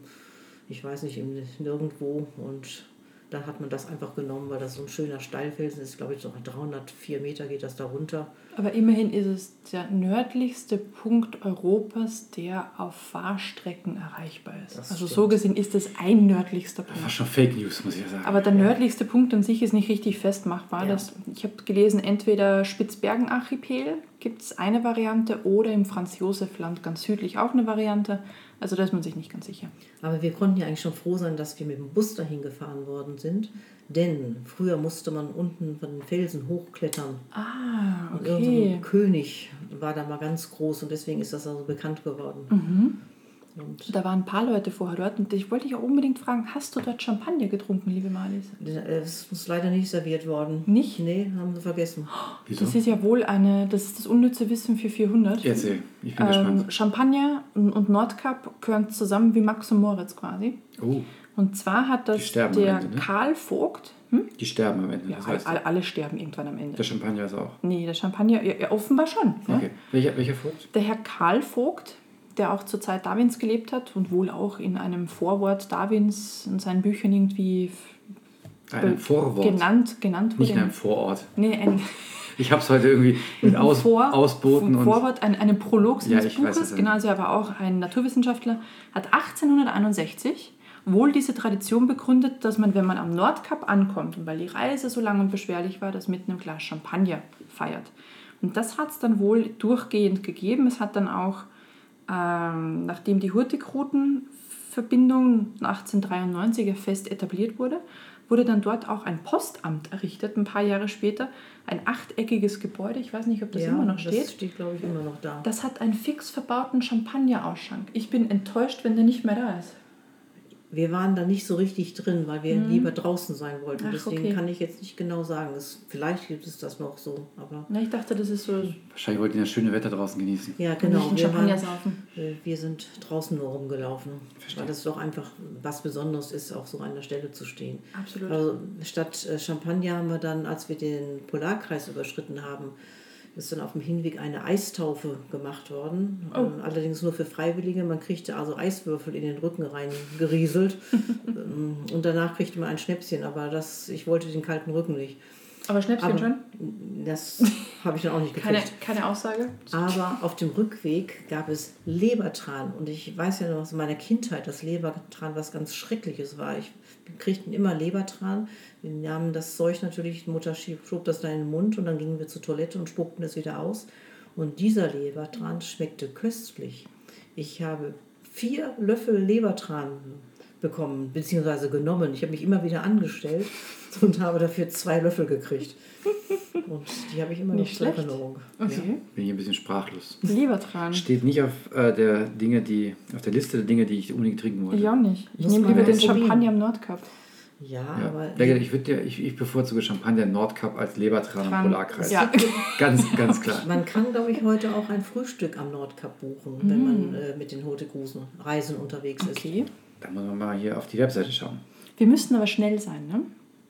ich weiß nicht, im nirgendwo. Und da hat man das einfach genommen, weil das so ein schöner Steilfelsen ist. Glaube ich, so 304 Meter geht das da runter.
Aber immerhin ist es der nördlichste Punkt Europas, der auf Fahrstrecken erreichbar ist.
Das
also so
stimmt.
gesehen ist es ein nördlichster
Das war
Punkt.
schon Fake News, muss ich ja sagen.
Aber der nördlichste Punkt an sich ist nicht richtig festmachbar.
Ja.
Das, ich habe gelesen, entweder Spitzbergen-Archipel gibt es eine Variante oder im Franz-Josef-Land ganz südlich auch eine Variante. Also da ist man sich nicht ganz sicher.
Aber wir konnten ja eigentlich schon froh sein, dass wir mit dem Bus dahin gefahren worden sind, denn früher musste man unten von den Felsen hochklettern.
Ah,
Und irgendein König war da mal ganz groß und deswegen ist das also bekannt geworden.
Mhm.
Und
Da waren ein paar Leute vorher dort und ich wollte dich auch unbedingt fragen, hast du dort Champagner getrunken, liebe Marlies?
äh, es ist uns leider nicht serviert worden.
Nicht? Oh,
Nee, haben sie vergessen.
Wieso?
Das ist ja wohl eine, das ist das unnütze Wissen für 400.
Erzähl, ich bin
Ähm,
gespannt.
Champagner und, und Nordkap gehören zusammen wie Max und Moritz quasi.
Oh,
Und zwar hat
Die
das
sterben
der
am Ende, ne?
Karl Vogt, hm?
die sterben am Ende.
ja,
das
alle,
heißt,
alle, alle sterben irgendwann am Ende.
der Champagner ist auch.
nee, der Champagner, ja, ja, offenbar schon. ja.
Okay. Welcher, welcher Vogt?
Der Herr Karl Vogt, der auch zur Zeit Darwins gelebt hat und wohl auch in einem Vorwort Darwins in seinen Büchern irgendwie f-
Ein Vorwort.
genannt, genannt wurde.
Nicht in einem Vorort.
nee, ein,
Ich habe es heute irgendwie mit Aus,
Vor-
Ausboten
Vor-
und.
Vorwort, ein, einem Prolog
Ja,
seines
ich weiß es
Buches,
ja.
genau, also er war auch ein Naturwissenschaftler, hat 1861 wohl diese Tradition begründet, dass man, wenn man am Nordkap ankommt und weil die Reise so lang und beschwerlich war, das mit einem Glas Champagner feiert. Und das hat es dann wohl durchgehend gegeben. Es hat dann auch, ähm, nachdem die Hurtigruten-Verbindung 1893 ja fest etabliert wurde, wurde dann dort auch ein Postamt errichtet, ein paar Jahre später. Ein achteckiges Gebäude, ich weiß nicht, ob das
ja,
immer noch steht.
Das steht, glaube ich, immer noch da.
Das hat einen fix verbauten Champagnerausschank. Ich bin enttäuscht, wenn der nicht mehr da ist.
Wir waren da nicht so richtig drin, weil wir lieber draußen sein wollten.
Mhm. Ach,
deswegen
okay.
kann ich jetzt nicht genau sagen. Es, vielleicht gibt es das noch so, aber.
Na, ich dachte, das ist so.
Wahrscheinlich wollt ihr das schöne Wetter draußen genießen.
Ja, genau.
Nicht ein
wir waren-
Champagner saufen.
Äh, Wir sind draußen nur rumgelaufen, weil das doch einfach was Besonderes ist, auf so einer Stelle zu stehen.
Absolut.
Also statt äh, Champagner haben wir dann, als wir den Polarkreis überschritten haben, ist dann auf dem Hinweg eine Eistaufe gemacht worden.
Oh.
Ähm, Allerdings nur für Freiwillige. Man kriegte also Eiswürfel in den Rücken reingerieselt.
[laughs]
Ähm, Und danach kriegte man ein Schnäpschen, aber das, ich wollte den kalten Rücken nicht.
Aber Schnäppchen
Aber
schon?
das habe ich dann auch nicht gekriegt.
Keine, keine Aussage.
Aber auf dem Rückweg gab es Lebertran. Und ich weiß ja noch aus meiner Kindheit, dass Lebertran was ganz Schreckliches war. Ich wir kriegten immer Lebertran. Wir nahmen das Zeug natürlich, die Mutter schieb- schob das da in den Mund und dann gingen wir zur Toilette und spuckten es wieder aus. Und dieser Lebertran schmeckte köstlich. Ich habe vier Löffel Lebertran bekommen, beziehungsweise genommen. Ich habe mich immer wieder angestellt und habe dafür zwei Löffel gekriegt. Und die habe ich immer
Nicht
noch zur
schlecht.
Erinnerung. Ja.
Okay.
Bin hier ein bisschen sprachlos.
Lieber dran.
Steht nicht auf äh, der Dinge, die auf der Liste der Dinge, die ich unbedingt trinken wollte.
Ich auch nicht. Ich
Muss
nehme
man
lieber
mal
den
probieren.
Champagner am Nordkap.
Ja,
Ja.
aber
Ja, ich, würd dir, ich, ich bevorzuge Champagner Nordkap als Lebertran am
Tran.
Polarkreis.
Ja.
Ganz, ganz klar.
[laughs]
man kann, glaube ich, heute auch ein Frühstück am Nordkap buchen,
Mm.
wenn man äh, mit den Hotekusen Reisen unterwegs ist.
Okay.
Da muss man mal hier auf die Webseite schauen.
Wir müssen aber schnell sein, ne?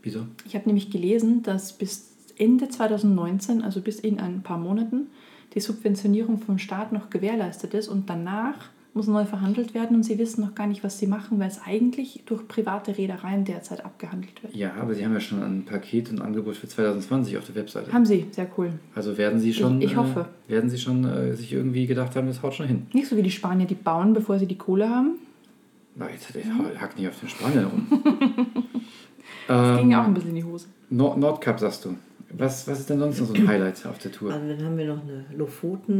Wieso?
Ich habe nämlich gelesen, dass bis Ende 2019, also bis in ein paar Monaten, die Subventionierung vom Staat noch gewährleistet ist und danach muss neu verhandelt werden und sie wissen noch gar nicht, was sie machen, weil es eigentlich durch private Reedereien derzeit abgehandelt wird.
Ja, aber Sie haben ja schon ein Paket und Angebot für 2020 auf der Webseite.
Haben sie, sehr cool.
Also werden Sie schon,
Ich- ich hoffe.
Äh, werden Sie schon äh, sich irgendwie gedacht haben, das haut schon hin.
Nicht so wie die Spanier, die bauen, bevor sie die Kohle haben.
Na, jetzt ich hack nicht auf den Spanier rum.
[laughs]
ähm,
Das ging ja auch ein bisschen in die Hose.
Nord Nordcup sagst du. Was, was ist denn sonst noch so ein Highlight auf der Tour?
Also dann haben wir noch eine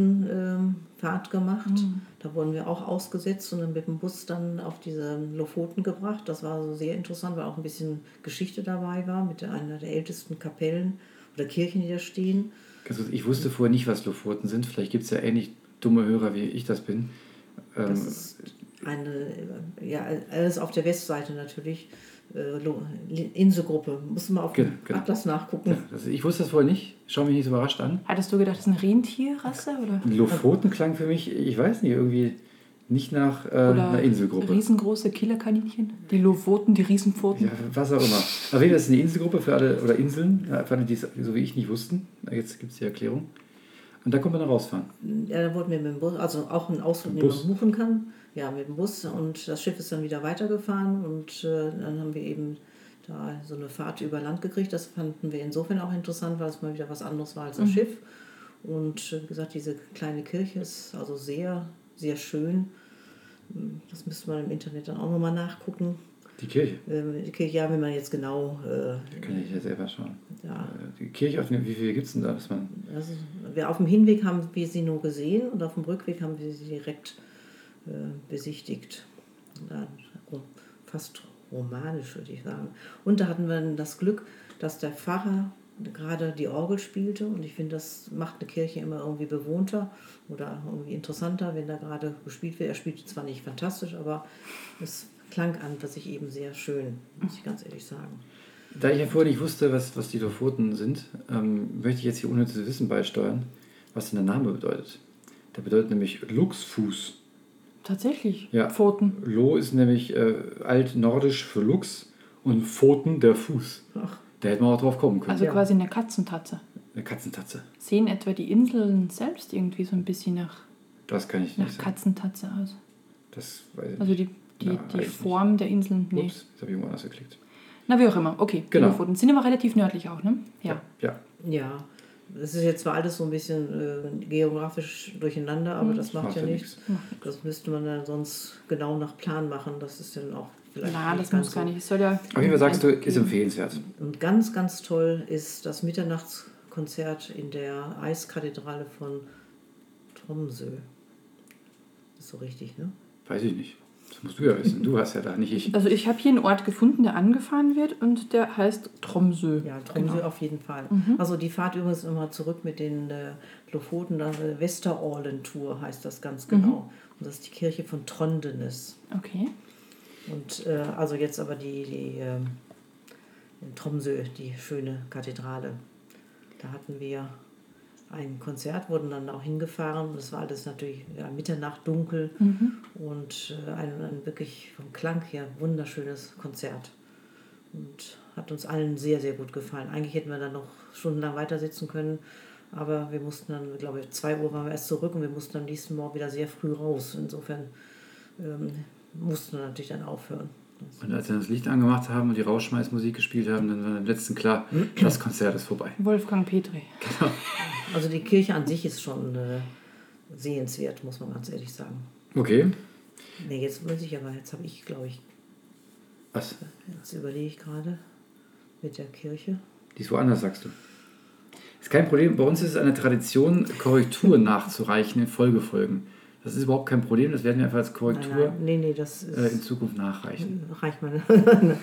Lofoten-Fahrt gemacht.
Mm.
Da wurden wir auch ausgesetzt und dann mit dem Bus dann auf diese Lofoten gebracht. Das war so sehr interessant, weil auch ein bisschen Geschichte dabei war mit einer der ältesten Kapellen oder Kirchen, die da stehen.
Also ich wusste vorher nicht, was Lofoten sind. Vielleicht gibt es ja ähnlich dumme Hörer, wie ich das bin. Ähm,
Das ist eine, äh, ja, alles auf der Westseite natürlich. äh, Lo- Inselgruppe, muss man auf
Genau,
dem
genau.
Atlas nachgucken.
also ich wusste das vorher nicht. Schau mich nicht so überrascht an.
Hattest du gedacht, das ist eine Rentierrasse oder,
Lofoten klang für mich, ich weiß nicht, irgendwie nicht nach äh,
oder
einer Inselgruppe.
riesengroße Killerkaninchen? Die Lofoten, die Riesenpfoten?
Ja, was auch immer. Auf jeden Fall ist es eine Inselgruppe für alle, oder Inseln, ja, für alle, die es so wie ich nicht wussten. Jetzt gibt es die Erklärung. Und da kommt man dann rausfahren.
Ja, da wurden wir mit dem Bus, also auch einen Ausflug,
Mit
den
dem
man
Bus?
buchen kann. Ja, mit dem Bus und das Schiff ist dann wieder weitergefahren und äh, dann haben wir eben da so eine Fahrt über Land gekriegt. Das fanden wir insofern auch interessant, weil es mal wieder was anderes war als
Mhm.
das Schiff. Und äh, wie gesagt, diese kleine Kirche ist also sehr, sehr schön. Das müsste man im Internet dann auch nochmal nachgucken.
Die Kirche.
Ähm, die Kirche, ja, wenn man jetzt genau, äh,
Da kann ich ja selber schauen.
Ah.
ja,
Äh, Die Kirche, auf- wie viel gibt es denn da? Dass man,
Also, wir auf dem Hinweg haben wir sie nur gesehen und auf dem Rückweg haben wir sie direkt äh, besichtigt. Ja, ro- fast romanisch, würde ich sagen. Und da hatten wir dann das Glück, dass der Pfarrer gerade die Orgel spielte und ich finde, das macht eine Kirche immer irgendwie bewohnter oder irgendwie interessanter, wenn da gerade gespielt wird. Er spielte zwar nicht fantastisch, aber es klang an, was ich eben sehr schön, muss ich ganz ehrlich sagen.
da ich ja vorher nicht wusste, was, was die Lofoten sind, ähm, möchte ich jetzt hier unnützes Wissen beisteuern, was denn der Name bedeutet. Der bedeutet nämlich Luchsfuß.
Tatsächlich,
Ja.
Pfoten.
Lo ist nämlich äh, altnordisch für Luchs und Pfoten der Fuß.
Ach,
Da hätte man auch drauf kommen können.
Also
Ja.
quasi eine Katzentatze.
Eine Katzentatze.
Sehen etwa die Inseln selbst irgendwie so ein bisschen nach,
Das kann ich nicht
nach
sagen.
Katzentatze aus?
Das weiß ich
Also
nicht.
die, die,
Ja,
die
eigentlich
Form der Inseln? Nee.
Ups, jetzt habe ich irgendwo anders geklickt.
Na, wie auch immer. Okay,
Genau.
die Lofoten sind aber relativ nördlich auch, ne? Ja.
Ja.
Ja, das ist jetzt zwar alles so ein bisschen äh, geografisch durcheinander, aber das macht,
macht
ja
ja
nichts. Das müsste man dann sonst genau nach Plan machen. Das ist dann auch vielleicht.
Na,
nicht
das
ganz
muss gar
so.
nicht. Es soll ja
Auf jeden Fall sagst du, ist empfehlenswert.
Und ganz, ganz toll ist das Mitternachtskonzert in der Eiskathedrale von Tromsø. Ist so richtig, ne?
Weiß ich nicht. Das musst du ja wissen. Du warst ja da, nicht
[laughs]
ich.
Also ich habe hier einen Ort gefunden, der angefahren wird und der heißt Tromsø.
Ja, Tromsø
Genau.
auf jeden Fall. Also die Fahrt übrigens immer zurück mit den äh, Lofoten, also Westerorlen-Tour heißt das ganz genau. Und das ist die Kirche von Trondenes.
Okay.
Und äh, also jetzt aber die, die ähm, in Tromsø, die schöne Kathedrale. Da hatten wir ein Konzert, wurden dann auch hingefahren. Das war alles natürlich ja, Mitternacht dunkel
Mhm.
und äh, ein, ein wirklich vom Klang her wunderschönes Konzert. Und hat uns allen sehr, sehr gut gefallen. Eigentlich hätten wir dann noch stundenlang weiter sitzen können, aber wir mussten dann, glaube ich, 2 Uhr waren wir erst zurück und wir mussten am nächsten Morgen wieder sehr früh raus. Insofern ähm, mussten wir natürlich dann aufhören.
Und als wir das Licht angemacht haben und die Rauschmeißmusik gespielt haben, dann war im letzten [clears throat] klar, das Konzert ist vorbei.
Wolfgang Petri.
Also die Kirche an sich ist schon äh, sehenswert, muss man ganz ehrlich sagen.
Okay.
Nee, jetzt muss ich aber, jetzt habe ich, glaube ich,
Was?
jetzt überlege ich gerade mit der Kirche.
Die ist woanders, sagst du. Ist kein Problem. Bei uns ist es eine Tradition, Korrekturen nachzureichen in Folgefolgen. Das ist überhaupt kein Problem. Das werden wir einfach als
Nein,
Korrektur
nein, nee, nee, das
äh, in
ist,
Zukunft nachreichen.
reicht mal, [laughs] wenn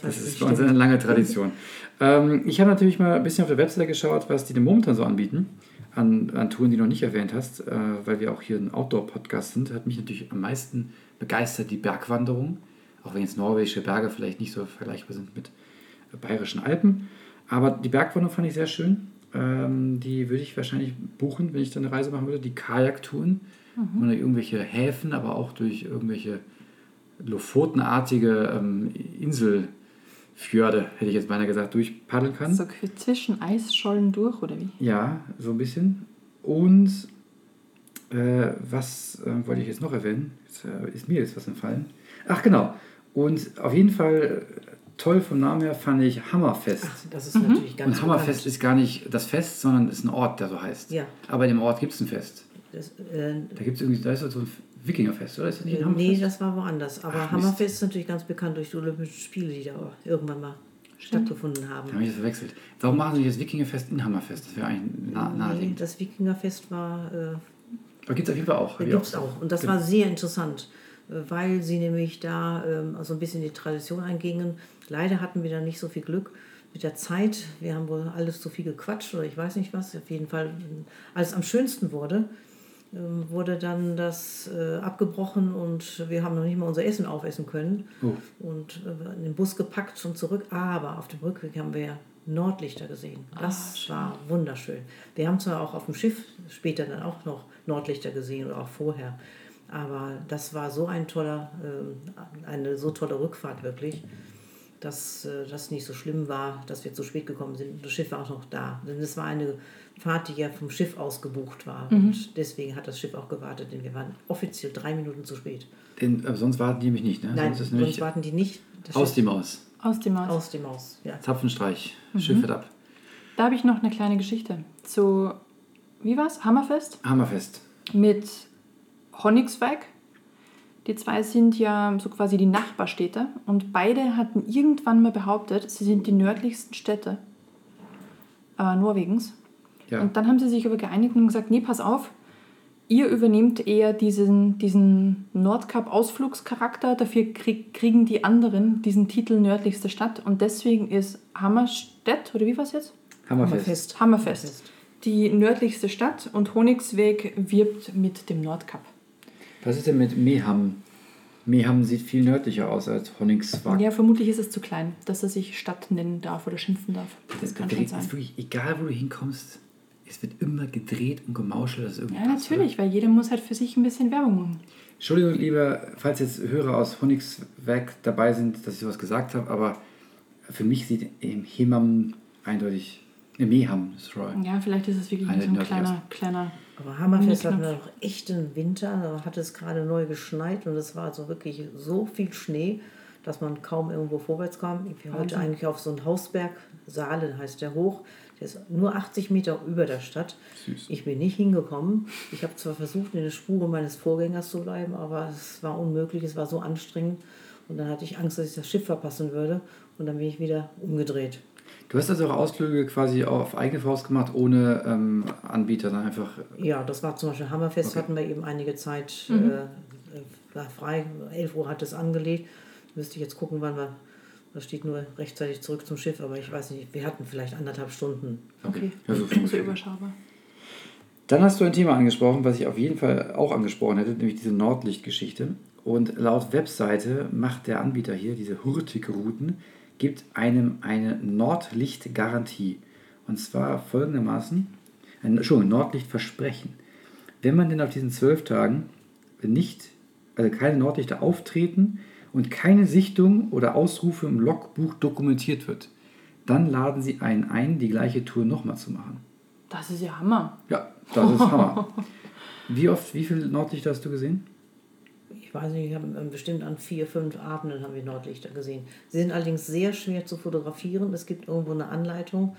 Das
falsch
ist
nicht
bei uns
stimmt.
eine lange Tradition. ähm, ich habe natürlich mal ein bisschen auf der Webseite geschaut, was die denn momentan so anbieten. An, an Touren, die du noch nicht erwähnt hast, äh, weil wir auch hier ein Outdoor-Podcast sind, hat mich natürlich am meisten begeistert die Bergwanderung. Auch wenn jetzt norwegische Berge vielleicht nicht so vergleichbar sind mit bayerischen Alpen. Aber die Bergwanderung fand ich sehr schön. Ähm, die würde ich wahrscheinlich buchen, wenn ich dann eine Reise machen würde. Die Kajaktouren, mhm. oder irgendwelche Häfen, aber auch durch irgendwelche Lofotenartige ähm, Inselfjorde, hätte ich jetzt beinahe gesagt, durchpaddeln kann.
So zwischen Eisschollen durch oder wie?
Ja, so ein bisschen. Und Äh, was äh, wollte ich jetzt noch erwähnen? Jetzt, äh, ist mir jetzt was entfallen. Ach genau. Und auf jeden Fall äh, toll vom Namen her fand ich Hammerfest.
Ach, das ist natürlich ganz
Und Hammerfest ist gar nicht das Fest, sondern ist ein Ort, der so heißt.
Ja.
Aber in dem Ort gibt es ein Fest.
bekannt. Das, äh,
Da gibt es irgendwie, da ist so ein Wikingerfest, oder? Ist das nicht ein Hammerfest?
nee, das war woanders. Aber
Ach, Mist.
Hammerfest ist natürlich ganz bekannt durch die Olympischen Spiele, die da irgendwann mal stattgefunden haben.
Da habe ich das verwechselt. Warum machen sie nicht das Wikingerfest in Hammerfest? Das wäre eigentlich nah,
Nee,
naheliegend.
das Wikingerfest war, äh,
Aber gibt es auf jeden Fall auch. Hab ich
gibt es
gesagt.
auch. Und das war sehr interessant, äh, weil sie nämlich da ähm, so ein bisschen die Tradition eingingen. Leider hatten wir da nicht so viel Glück mit der Zeit. Wir haben wohl alles zu viel gequatscht oder ich weiß nicht was. Auf jeden Fall, ähm, als am schönsten wurde, ähm, wurde dann das äh, abgebrochen und wir haben noch nicht mal unser Essen aufessen können.
Oh.
Und äh, in den Bus gepackt und zurück. Aber auf dem Rückweg haben wir Nordlichter gesehen. Das war wunderschön. Wir haben zwar auch auf dem Schiff später dann auch noch Nordlichter gesehen oder auch vorher. Aber das war so ein toller, ähm, eine so tolle Rückfahrt wirklich, dass äh, das nicht so schlimm war, dass wir zu spät gekommen sind. Das Schiff war auch noch da. Denn es war eine Fahrt, die ja vom Schiff aus gebucht war. Und deswegen hat das Schiff auch gewartet, denn wir waren offiziell drei Minuten zu spät.
Denn, aber sonst warten die nämlich nicht, ne?
Nein,
sonst ist
sonst
nämlich
warten die nicht. Das
aus
Schiff-
dem Aus.
Aus dem Haus.
aus dem Haus. Ja.
Zapfenstreich.
Mhm.
Schiff wird ab.
Da habe ich noch eine kleine Geschichte. Zu, wie war's? Hammerfest
Hammerfest.
mit Honigsweg. Die zwei sind ja so quasi die Nachbarstädte und beide hatten irgendwann mal behauptet, sie sind die nördlichsten Städte äh, Norwegens.
Ja.
Und dann haben sie sich aber geeinigt und gesagt, nee, pass auf, ihr übernehmt eher diesen, diesen Nordkap-Ausflugscharakter, dafür krieg, kriegen die anderen diesen Titel nördlichste Stadt und deswegen ist Hammerstedt, oder wie war es jetzt?
Hammerfest.
Hammerfest.
Hammerfest. Die nördlichste Stadt und Honigsweg wirbt mit dem Nordkap.
Was ist denn mit Meham? Meham sieht viel nördlicher aus als Honigswag.
Ja, vermutlich ist es zu klein, dass er sich Stadt nennen darf oder schimpfen darf. Das kann schon
Direkt
sein.
ist wirklich, egal wo du hinkommst, es wird immer gedreht und gemauschelt. Dass
Ja, natürlich, weil jeder muss halt für sich ein bisschen Werbung machen.
Entschuldigung, lieber, falls jetzt Hörer aus Honigsweg dabei sind, dass ich sowas gesagt habe, aber für mich sieht im Hemam eindeutig, im Meham, sorry.
Ja, vielleicht ist es wirklich
Eine
nur so ein
nördlich
kleiner, kleiner.
Aber Hammerfest
Nee,
hatten wir noch echten Winter. Da hat es gerade neu geschneit und es war also wirklich so viel Schnee, dass man kaum irgendwo vorwärts kam. Ich bin heute eigentlich auf so einen Hausberg, Saalen heißt der hoch. Der ist nur 80 Meter über der Stadt.
Süß.
Ich bin nicht hingekommen. Ich habe zwar versucht, in den Spuren meines Vorgängers zu bleiben, aber es war unmöglich. Es war so anstrengend. Und dann hatte ich Angst, dass ich das Schiff verpassen würde. Und dann bin ich wieder umgedreht.
Du hast also auch Ausflüge quasi auf eigene Faust gemacht, ohne ähm, Anbieter, dann einfach.
Ja, das war zum Beispiel Hammerfest, hatten wir eben einige Zeit äh, war frei. 11 Uhr hat es angelegt. Müsste ich jetzt gucken, wann wir. Da steht nur rechtzeitig zurück zum Schiff, aber ich weiß nicht, wir hatten vielleicht anderthalb Stunden.
Okay,
Ja, so
so,
viel
[clears throat]
ungefähr.
überschaubar.
Dann hast du ein Thema angesprochen, was ich auf jeden Fall auch angesprochen hätte, nämlich diese Nordlichtgeschichte. Und laut Webseite macht der Anbieter hier, diese Hurtig-Routen, gibt einem eine Nordlichtgarantie. Und zwar folgendermaßen, ein, Entschuldigung, Nordlichtversprechen. Wenn man denn auf diesen zwölf Tagen nicht, also keine Nordlichter auftreten und keine Sichtung oder Ausrufe im Logbuch dokumentiert wird, dann laden sie einen ein, die gleiche Tour nochmal zu machen.
Das ist ja Hammer.
Ja, das ist Hammer. [laughs] Wie oft, wie viel Nordlichter hast du gesehen?
Ich weiß nicht, wir haben ähm, bestimmt an vier, fünf Abenden haben wir Nordlichter gesehen. Sie sind allerdings sehr schwer zu fotografieren. Es gibt irgendwo eine Anleitung,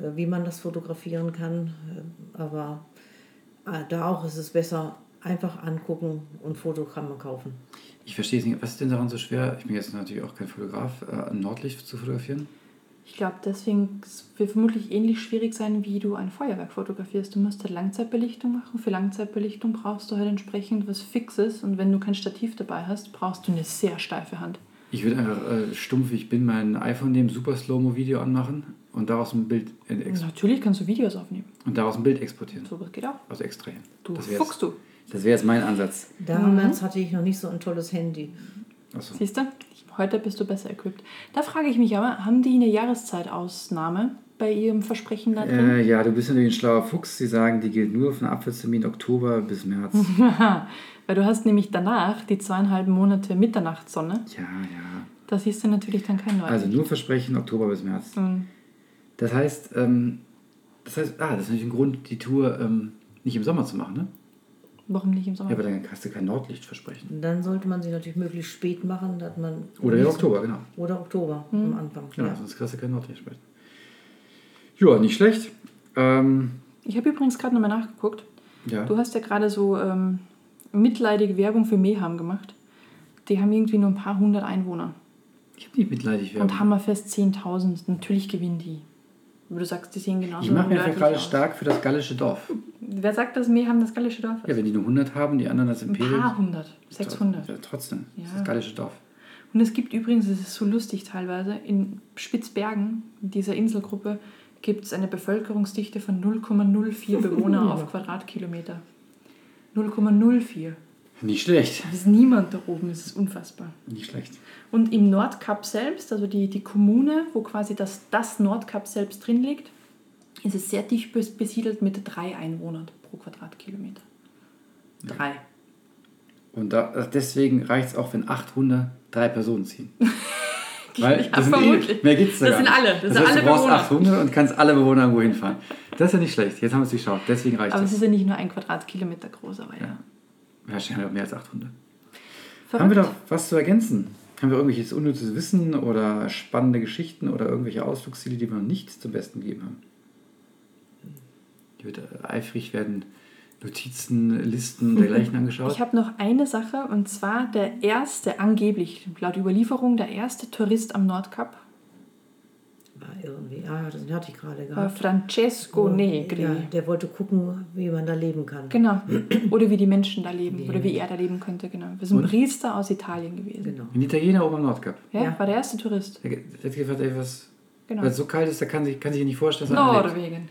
äh, wie man das fotografieren kann. Äh, Aber äh, da auch ist es besser, einfach angucken und Fotogramme kaufen.
Ich verstehe es nicht. Was ist denn daran so schwer? Ich bin jetzt natürlich auch kein Fotograf, äh, ein Nordlicht zu fotografieren.
Ich glaube, deswegen es wird vermutlich ähnlich schwierig sein, wie du ein Feuerwerk fotografierst. Du musst halt Langzeitbelichtung machen. Für Langzeitbelichtung brauchst du halt entsprechend was Fixes und wenn du kein Stativ dabei hast, brauchst du eine sehr steife Hand.
Ich würde einfach äh, stumpf, wie ich bin, mein iPhone nehmen, super Slow-Mo-Video anmachen und daraus ein Bild äh, ex-
Also Natürlich kannst du Videos aufnehmen.
und daraus ein Bild exportieren.
Sowas geht auch.
Also extrahieren.
Du
wär's.
fuchst du.
Das wäre jetzt mein Ansatz.
Damals
Mhm.
hatte ich noch nicht so ein tolles Handy.
Achso.
Siehst du? Heute bist du besser equipped. Da frage ich mich aber, haben die eine Jahreszeitausnahme bei ihrem Versprechen da drin?
Äh, ja, du bist natürlich ein schlauer Fuchs. Sie sagen, die gilt nur von Abwärtstermin Oktober bis
[laughs]
März. Äh.
Weil du hast nämlich danach die zweieinhalb Monate Mitternachtssonne.
ja, ja.
Da siehst du natürlich dann kein Leute.
Also nur Versprechen Oktober bis März.
Mhm.
Das heißt, ähm, das heißt, ah, das ist natürlich ein Grund, die Tour ähm, nicht im Sommer zu machen, ne?
Warum nicht im Sommer?
Ja, aber dann kannst du kein Nordlicht versprechen.
Und dann sollte man sie natürlich möglichst spät machen, dass man.
Oder im Oktober, genau.
Oder Oktober
Mhm.
am Anfang.
Genau,
Ja.
sonst kannst du kein Nordlicht versprechen. Ja, nicht schlecht. Ähm,
Ich habe übrigens gerade nochmal nachgeguckt.
ja.
Du hast ja gerade so ähm, mitleidige Werbung für Meham gemacht. Die haben irgendwie nur ein paar hundert Einwohner.
Ich habe nicht mitleidig
Und
werden.
Hammerfest 10.000. Natürlich gewinnen die. Aber du sagst, die sehen genauso
Ich mache mich einfach
nördlich
gerade
aus.
stark für das gallische Dorf.
Wer sagt, dass Meham das gallische Dorf ist?
Ja, wenn die nur 100 haben, die anderen als
ein
Imperium.
paar hundert. 600.
Ja, trotzdem, das ist
Ja.
das gallische Dorf.
Und es gibt übrigens, es ist so lustig teilweise, in Spitzbergen, dieser Inselgruppe, gibt es eine Bevölkerungsdichte von
[laughs]
0,04 Bewohner auf Quadratkilometer. 0,04.
Nicht schlecht.
Da ist niemand da oben, es ist unfassbar.
Nicht schlecht.
Und im Nordkap selbst, also die, die Kommune, wo quasi das, das Nordkap selbst drin liegt, ist es sehr dicht bes- besiedelt mit drei Einwohnern pro Quadratkilometer. Drei.
Und da, äh, deswegen reicht es auch, wenn 800 drei Personen ziehen. Weil
[laughs] Ja,
das sind eh,
vermutlich.
mehr gibt's da
Das
gar
sind
nicht.
alle, das sind
heißt,
alle
du brauchst
Bewohner.
800 und kannst alle Bewohner irgendwo hinfahren. Das ist ja nicht schlecht. Jetzt haben wir es geschaut. Deswegen reicht
Aber es
es.
ist ja nicht nur ein Quadratkilometer groß, aber ja.
Ja. Wahrscheinlich auch mehr als 800.
Verrückt.
Haben wir doch was zu ergänzen? Haben wir irgendwelches unnützes Wissen oder spannende Geschichten oder irgendwelche Ausflugsziele, die wir noch nicht zum Besten gegeben haben? Hier wird äh, eifrig werden Notizen, Listen und
[laughs]
dergleichen angeschaut.
Ich habe noch eine Sache und zwar der erste, angeblich laut Überlieferung, der erste Tourist am Nordkap
War irgendwie. Ah, das hatte ich gerade
war
gehabt.
äh, Francesco Negri.
ja, der wollte gucken, wie man da leben kann.
Genau. Oder wie die Menschen da leben oder wie er da leben könnte, genau. Das ist ein Priester aus Italien gewesen.
Genau.
Ein Italiener oben am Nordkap.
Ja,
Ja.
war der erste Tourist.
Der der hat gefragt, ey, was.
Genau.
Weil es so kalt ist, da kann sich, kann sich ja nicht vorstellen, dass er lebt.
Norwegen.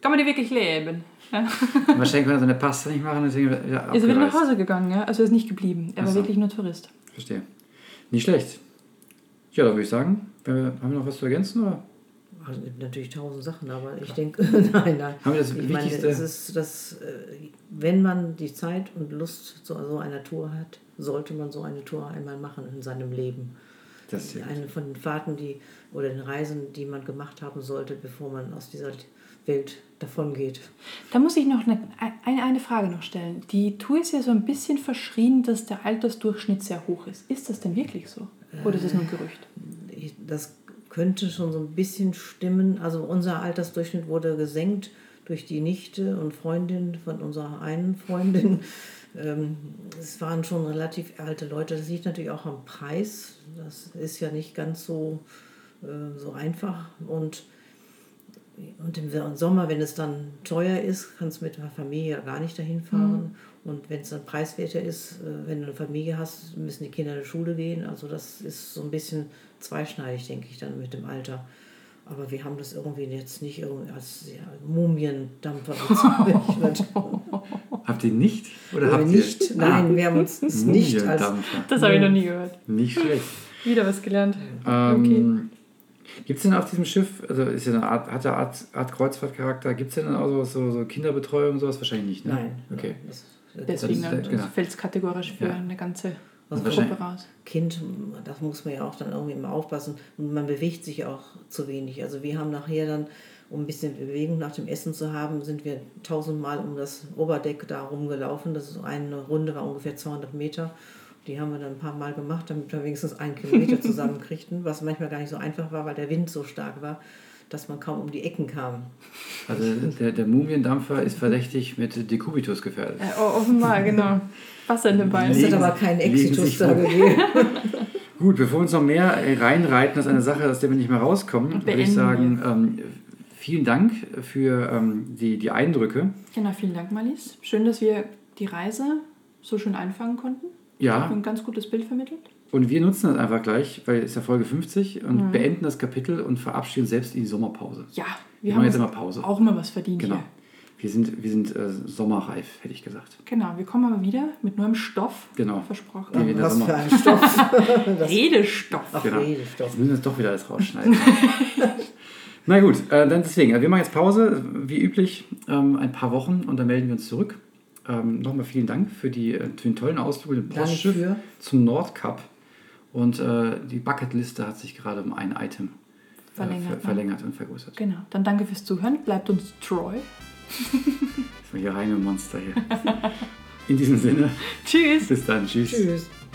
Kann man die wirklich leben? Ja. [laughs]
Und Wahrscheinlich konnte er seine Pasta nicht machen, deswegen ist er wieder
Ist er wieder nach
abgereist.
Hause gegangen, ja? Also er ist nicht geblieben. Er
Ach
war
so.
wirklich nur Tourist.
Verstehe. Nicht schlecht. Ja, dann würde ich sagen, wenn wir, haben wir noch was zu ergänzen? Oder?
Also, es gibt natürlich tausend Sachen, aber ich denke, [laughs] nein, nein.
Haben wir das
ich meine,
Wichtigste-
es ist, dass, äh, wenn man die Zeit und Lust zu so einer Tour hat, sollte man so eine Tour einmal machen in seinem Leben.
Das ist ja gut.
Eine von den Fahrten, die oder den Reisen, die man gemacht haben sollte, bevor man aus dieser Welt davon geht.
Da muss ich noch eine, eine, eine Frage noch stellen. Die Tour ist ja so ein bisschen verschrien, dass der Altersdurchschnitt sehr hoch ist. Ist das denn wirklich so? Oder ist es nur ein Gerücht?
Ich, das könnte schon so ein bisschen stimmen. Also unser Altersdurchschnitt wurde gesenkt durch die Nichte und Freundin von unserer einen Freundin. Ähm, Es waren schon relativ alte Leute. Das liegt natürlich auch am Preis. Das ist ja nicht ganz so, äh, so einfach. Und, und im Sommer, wenn es dann teuer ist, kannst du mit der Familie ja gar nicht dahin fahren.
Mhm.
Und wenn es dann preiswerter ist, äh, wenn du eine Familie hast, müssen die Kinder in die Schule gehen. Also das ist so ein bisschen zweischneidig, denke ich, dann mit dem Alter. Aber wir haben das irgendwie jetzt nicht irgendwie als ja, Mumiendampfer
[laughs]
bezeichnet.
Oh.
Habt ihr nicht? Oder
Oder
habt
nicht?
ihr?
Nein, wir haben
[laughs]
uns
Ah,
nicht als.
Mumiendampfer.
Das habe ich noch nie gehört.
Nicht schlecht.
[laughs] Wieder was gelernt.
Ähm, Gibt es denn auf diesem Schiff, also ist ja eine Art, hat der Art, Art Kreuzfahrtcharakter, gibt es denn auch so, so, so Kinderbetreuung und sowas? Wahrscheinlich nicht, ne?
Nein.
Okay.
Das,
Deswegen
Das ist, äh, genau.
fällt es kategorisch für
Ja.
eine ganze
Also
Gruppe
wahrscheinlich-
raus.
Kind, das muss man ja auch dann irgendwie immer aufpassen. Und man bewegt sich auch zu wenig. Also wir haben nachher dann, um ein bisschen Bewegung nach dem Essen zu haben, sind wir tausendmal um das Oberdeck da rumgelaufen. Das ist eine Runde war ungefähr 200 Meter. Die haben wir dann ein paar Mal gemacht, damit wir wenigstens
[laughs]
einen Kilometer zusammenkriegten, was manchmal gar nicht so einfach war, weil der Wind so stark war, dass man kaum um die Ecken kam.
Also der, der Mumiendampfer ist verdächtig mit Dekubitus gefährdet.
Äh, oh, offenbar, genau. Wasser in den
Es
Beinen.
Nee.
hat
Legen
aber
Sie-
keinen
legen Sie sich
Exitus da
vor.
gegeben.
[laughs] Gut, bevor wir uns noch mehr äh, reinreiten, das ist eine Sache, aus der wir nicht mehr rauskommen, würde ich
Beenden
sagen, ähm, vielen Dank für ähm, die, die Eindrücke.
Genau, vielen Dank, Marlies. Schön, dass wir die Reise so schön einfangen konnten.
Ja,
Ein ganz gutes Bild vermittelt.
und wir nutzen das einfach gleich, weil es ist ja Folge 50 und beenden das Kapitel und verabschieden uns selbst in die Sommerpause.
Mhm.
Wir
Ja, wir
machen
haben
jetzt
uns
immer Pause.
auch mal was verdient
Genau.
hier.
Wir sind, wir sind äh, sommerreif, hätte ich gesagt.
Genau, wir kommen aber wieder mit neuem Stoff.
Genau.
Versprochen.
Ja, wir-
Was
Sommer-
für ein Stoff.
Redestoff.
Ach,
Genau.
Rede, Stoff.
Jetzt müssen wir das doch wieder alles
[laughs]
rausschneiden. Na gut, äh, dann deswegen. Also wir machen jetzt Pause, wie üblich, ähm, ein paar Wochen und dann melden wir uns zurück. Ähm, Nochmal vielen Dank für, die, äh, für den tollen Ausflug mit dem
Danke
Postschiff
für.
zum Nordkap. Und äh, die Bucketliste hat sich gerade um ein Item äh,
Verlängert,
ver
ne?
verlängert und vergrößert.
Genau. Dann danke fürs Zuhören. Bleibt uns treu.
Das war hier reine Monster hier. [laughs] In diesem Sinne,
Tschüss.
bis dann. Tschüss.
Tschüss.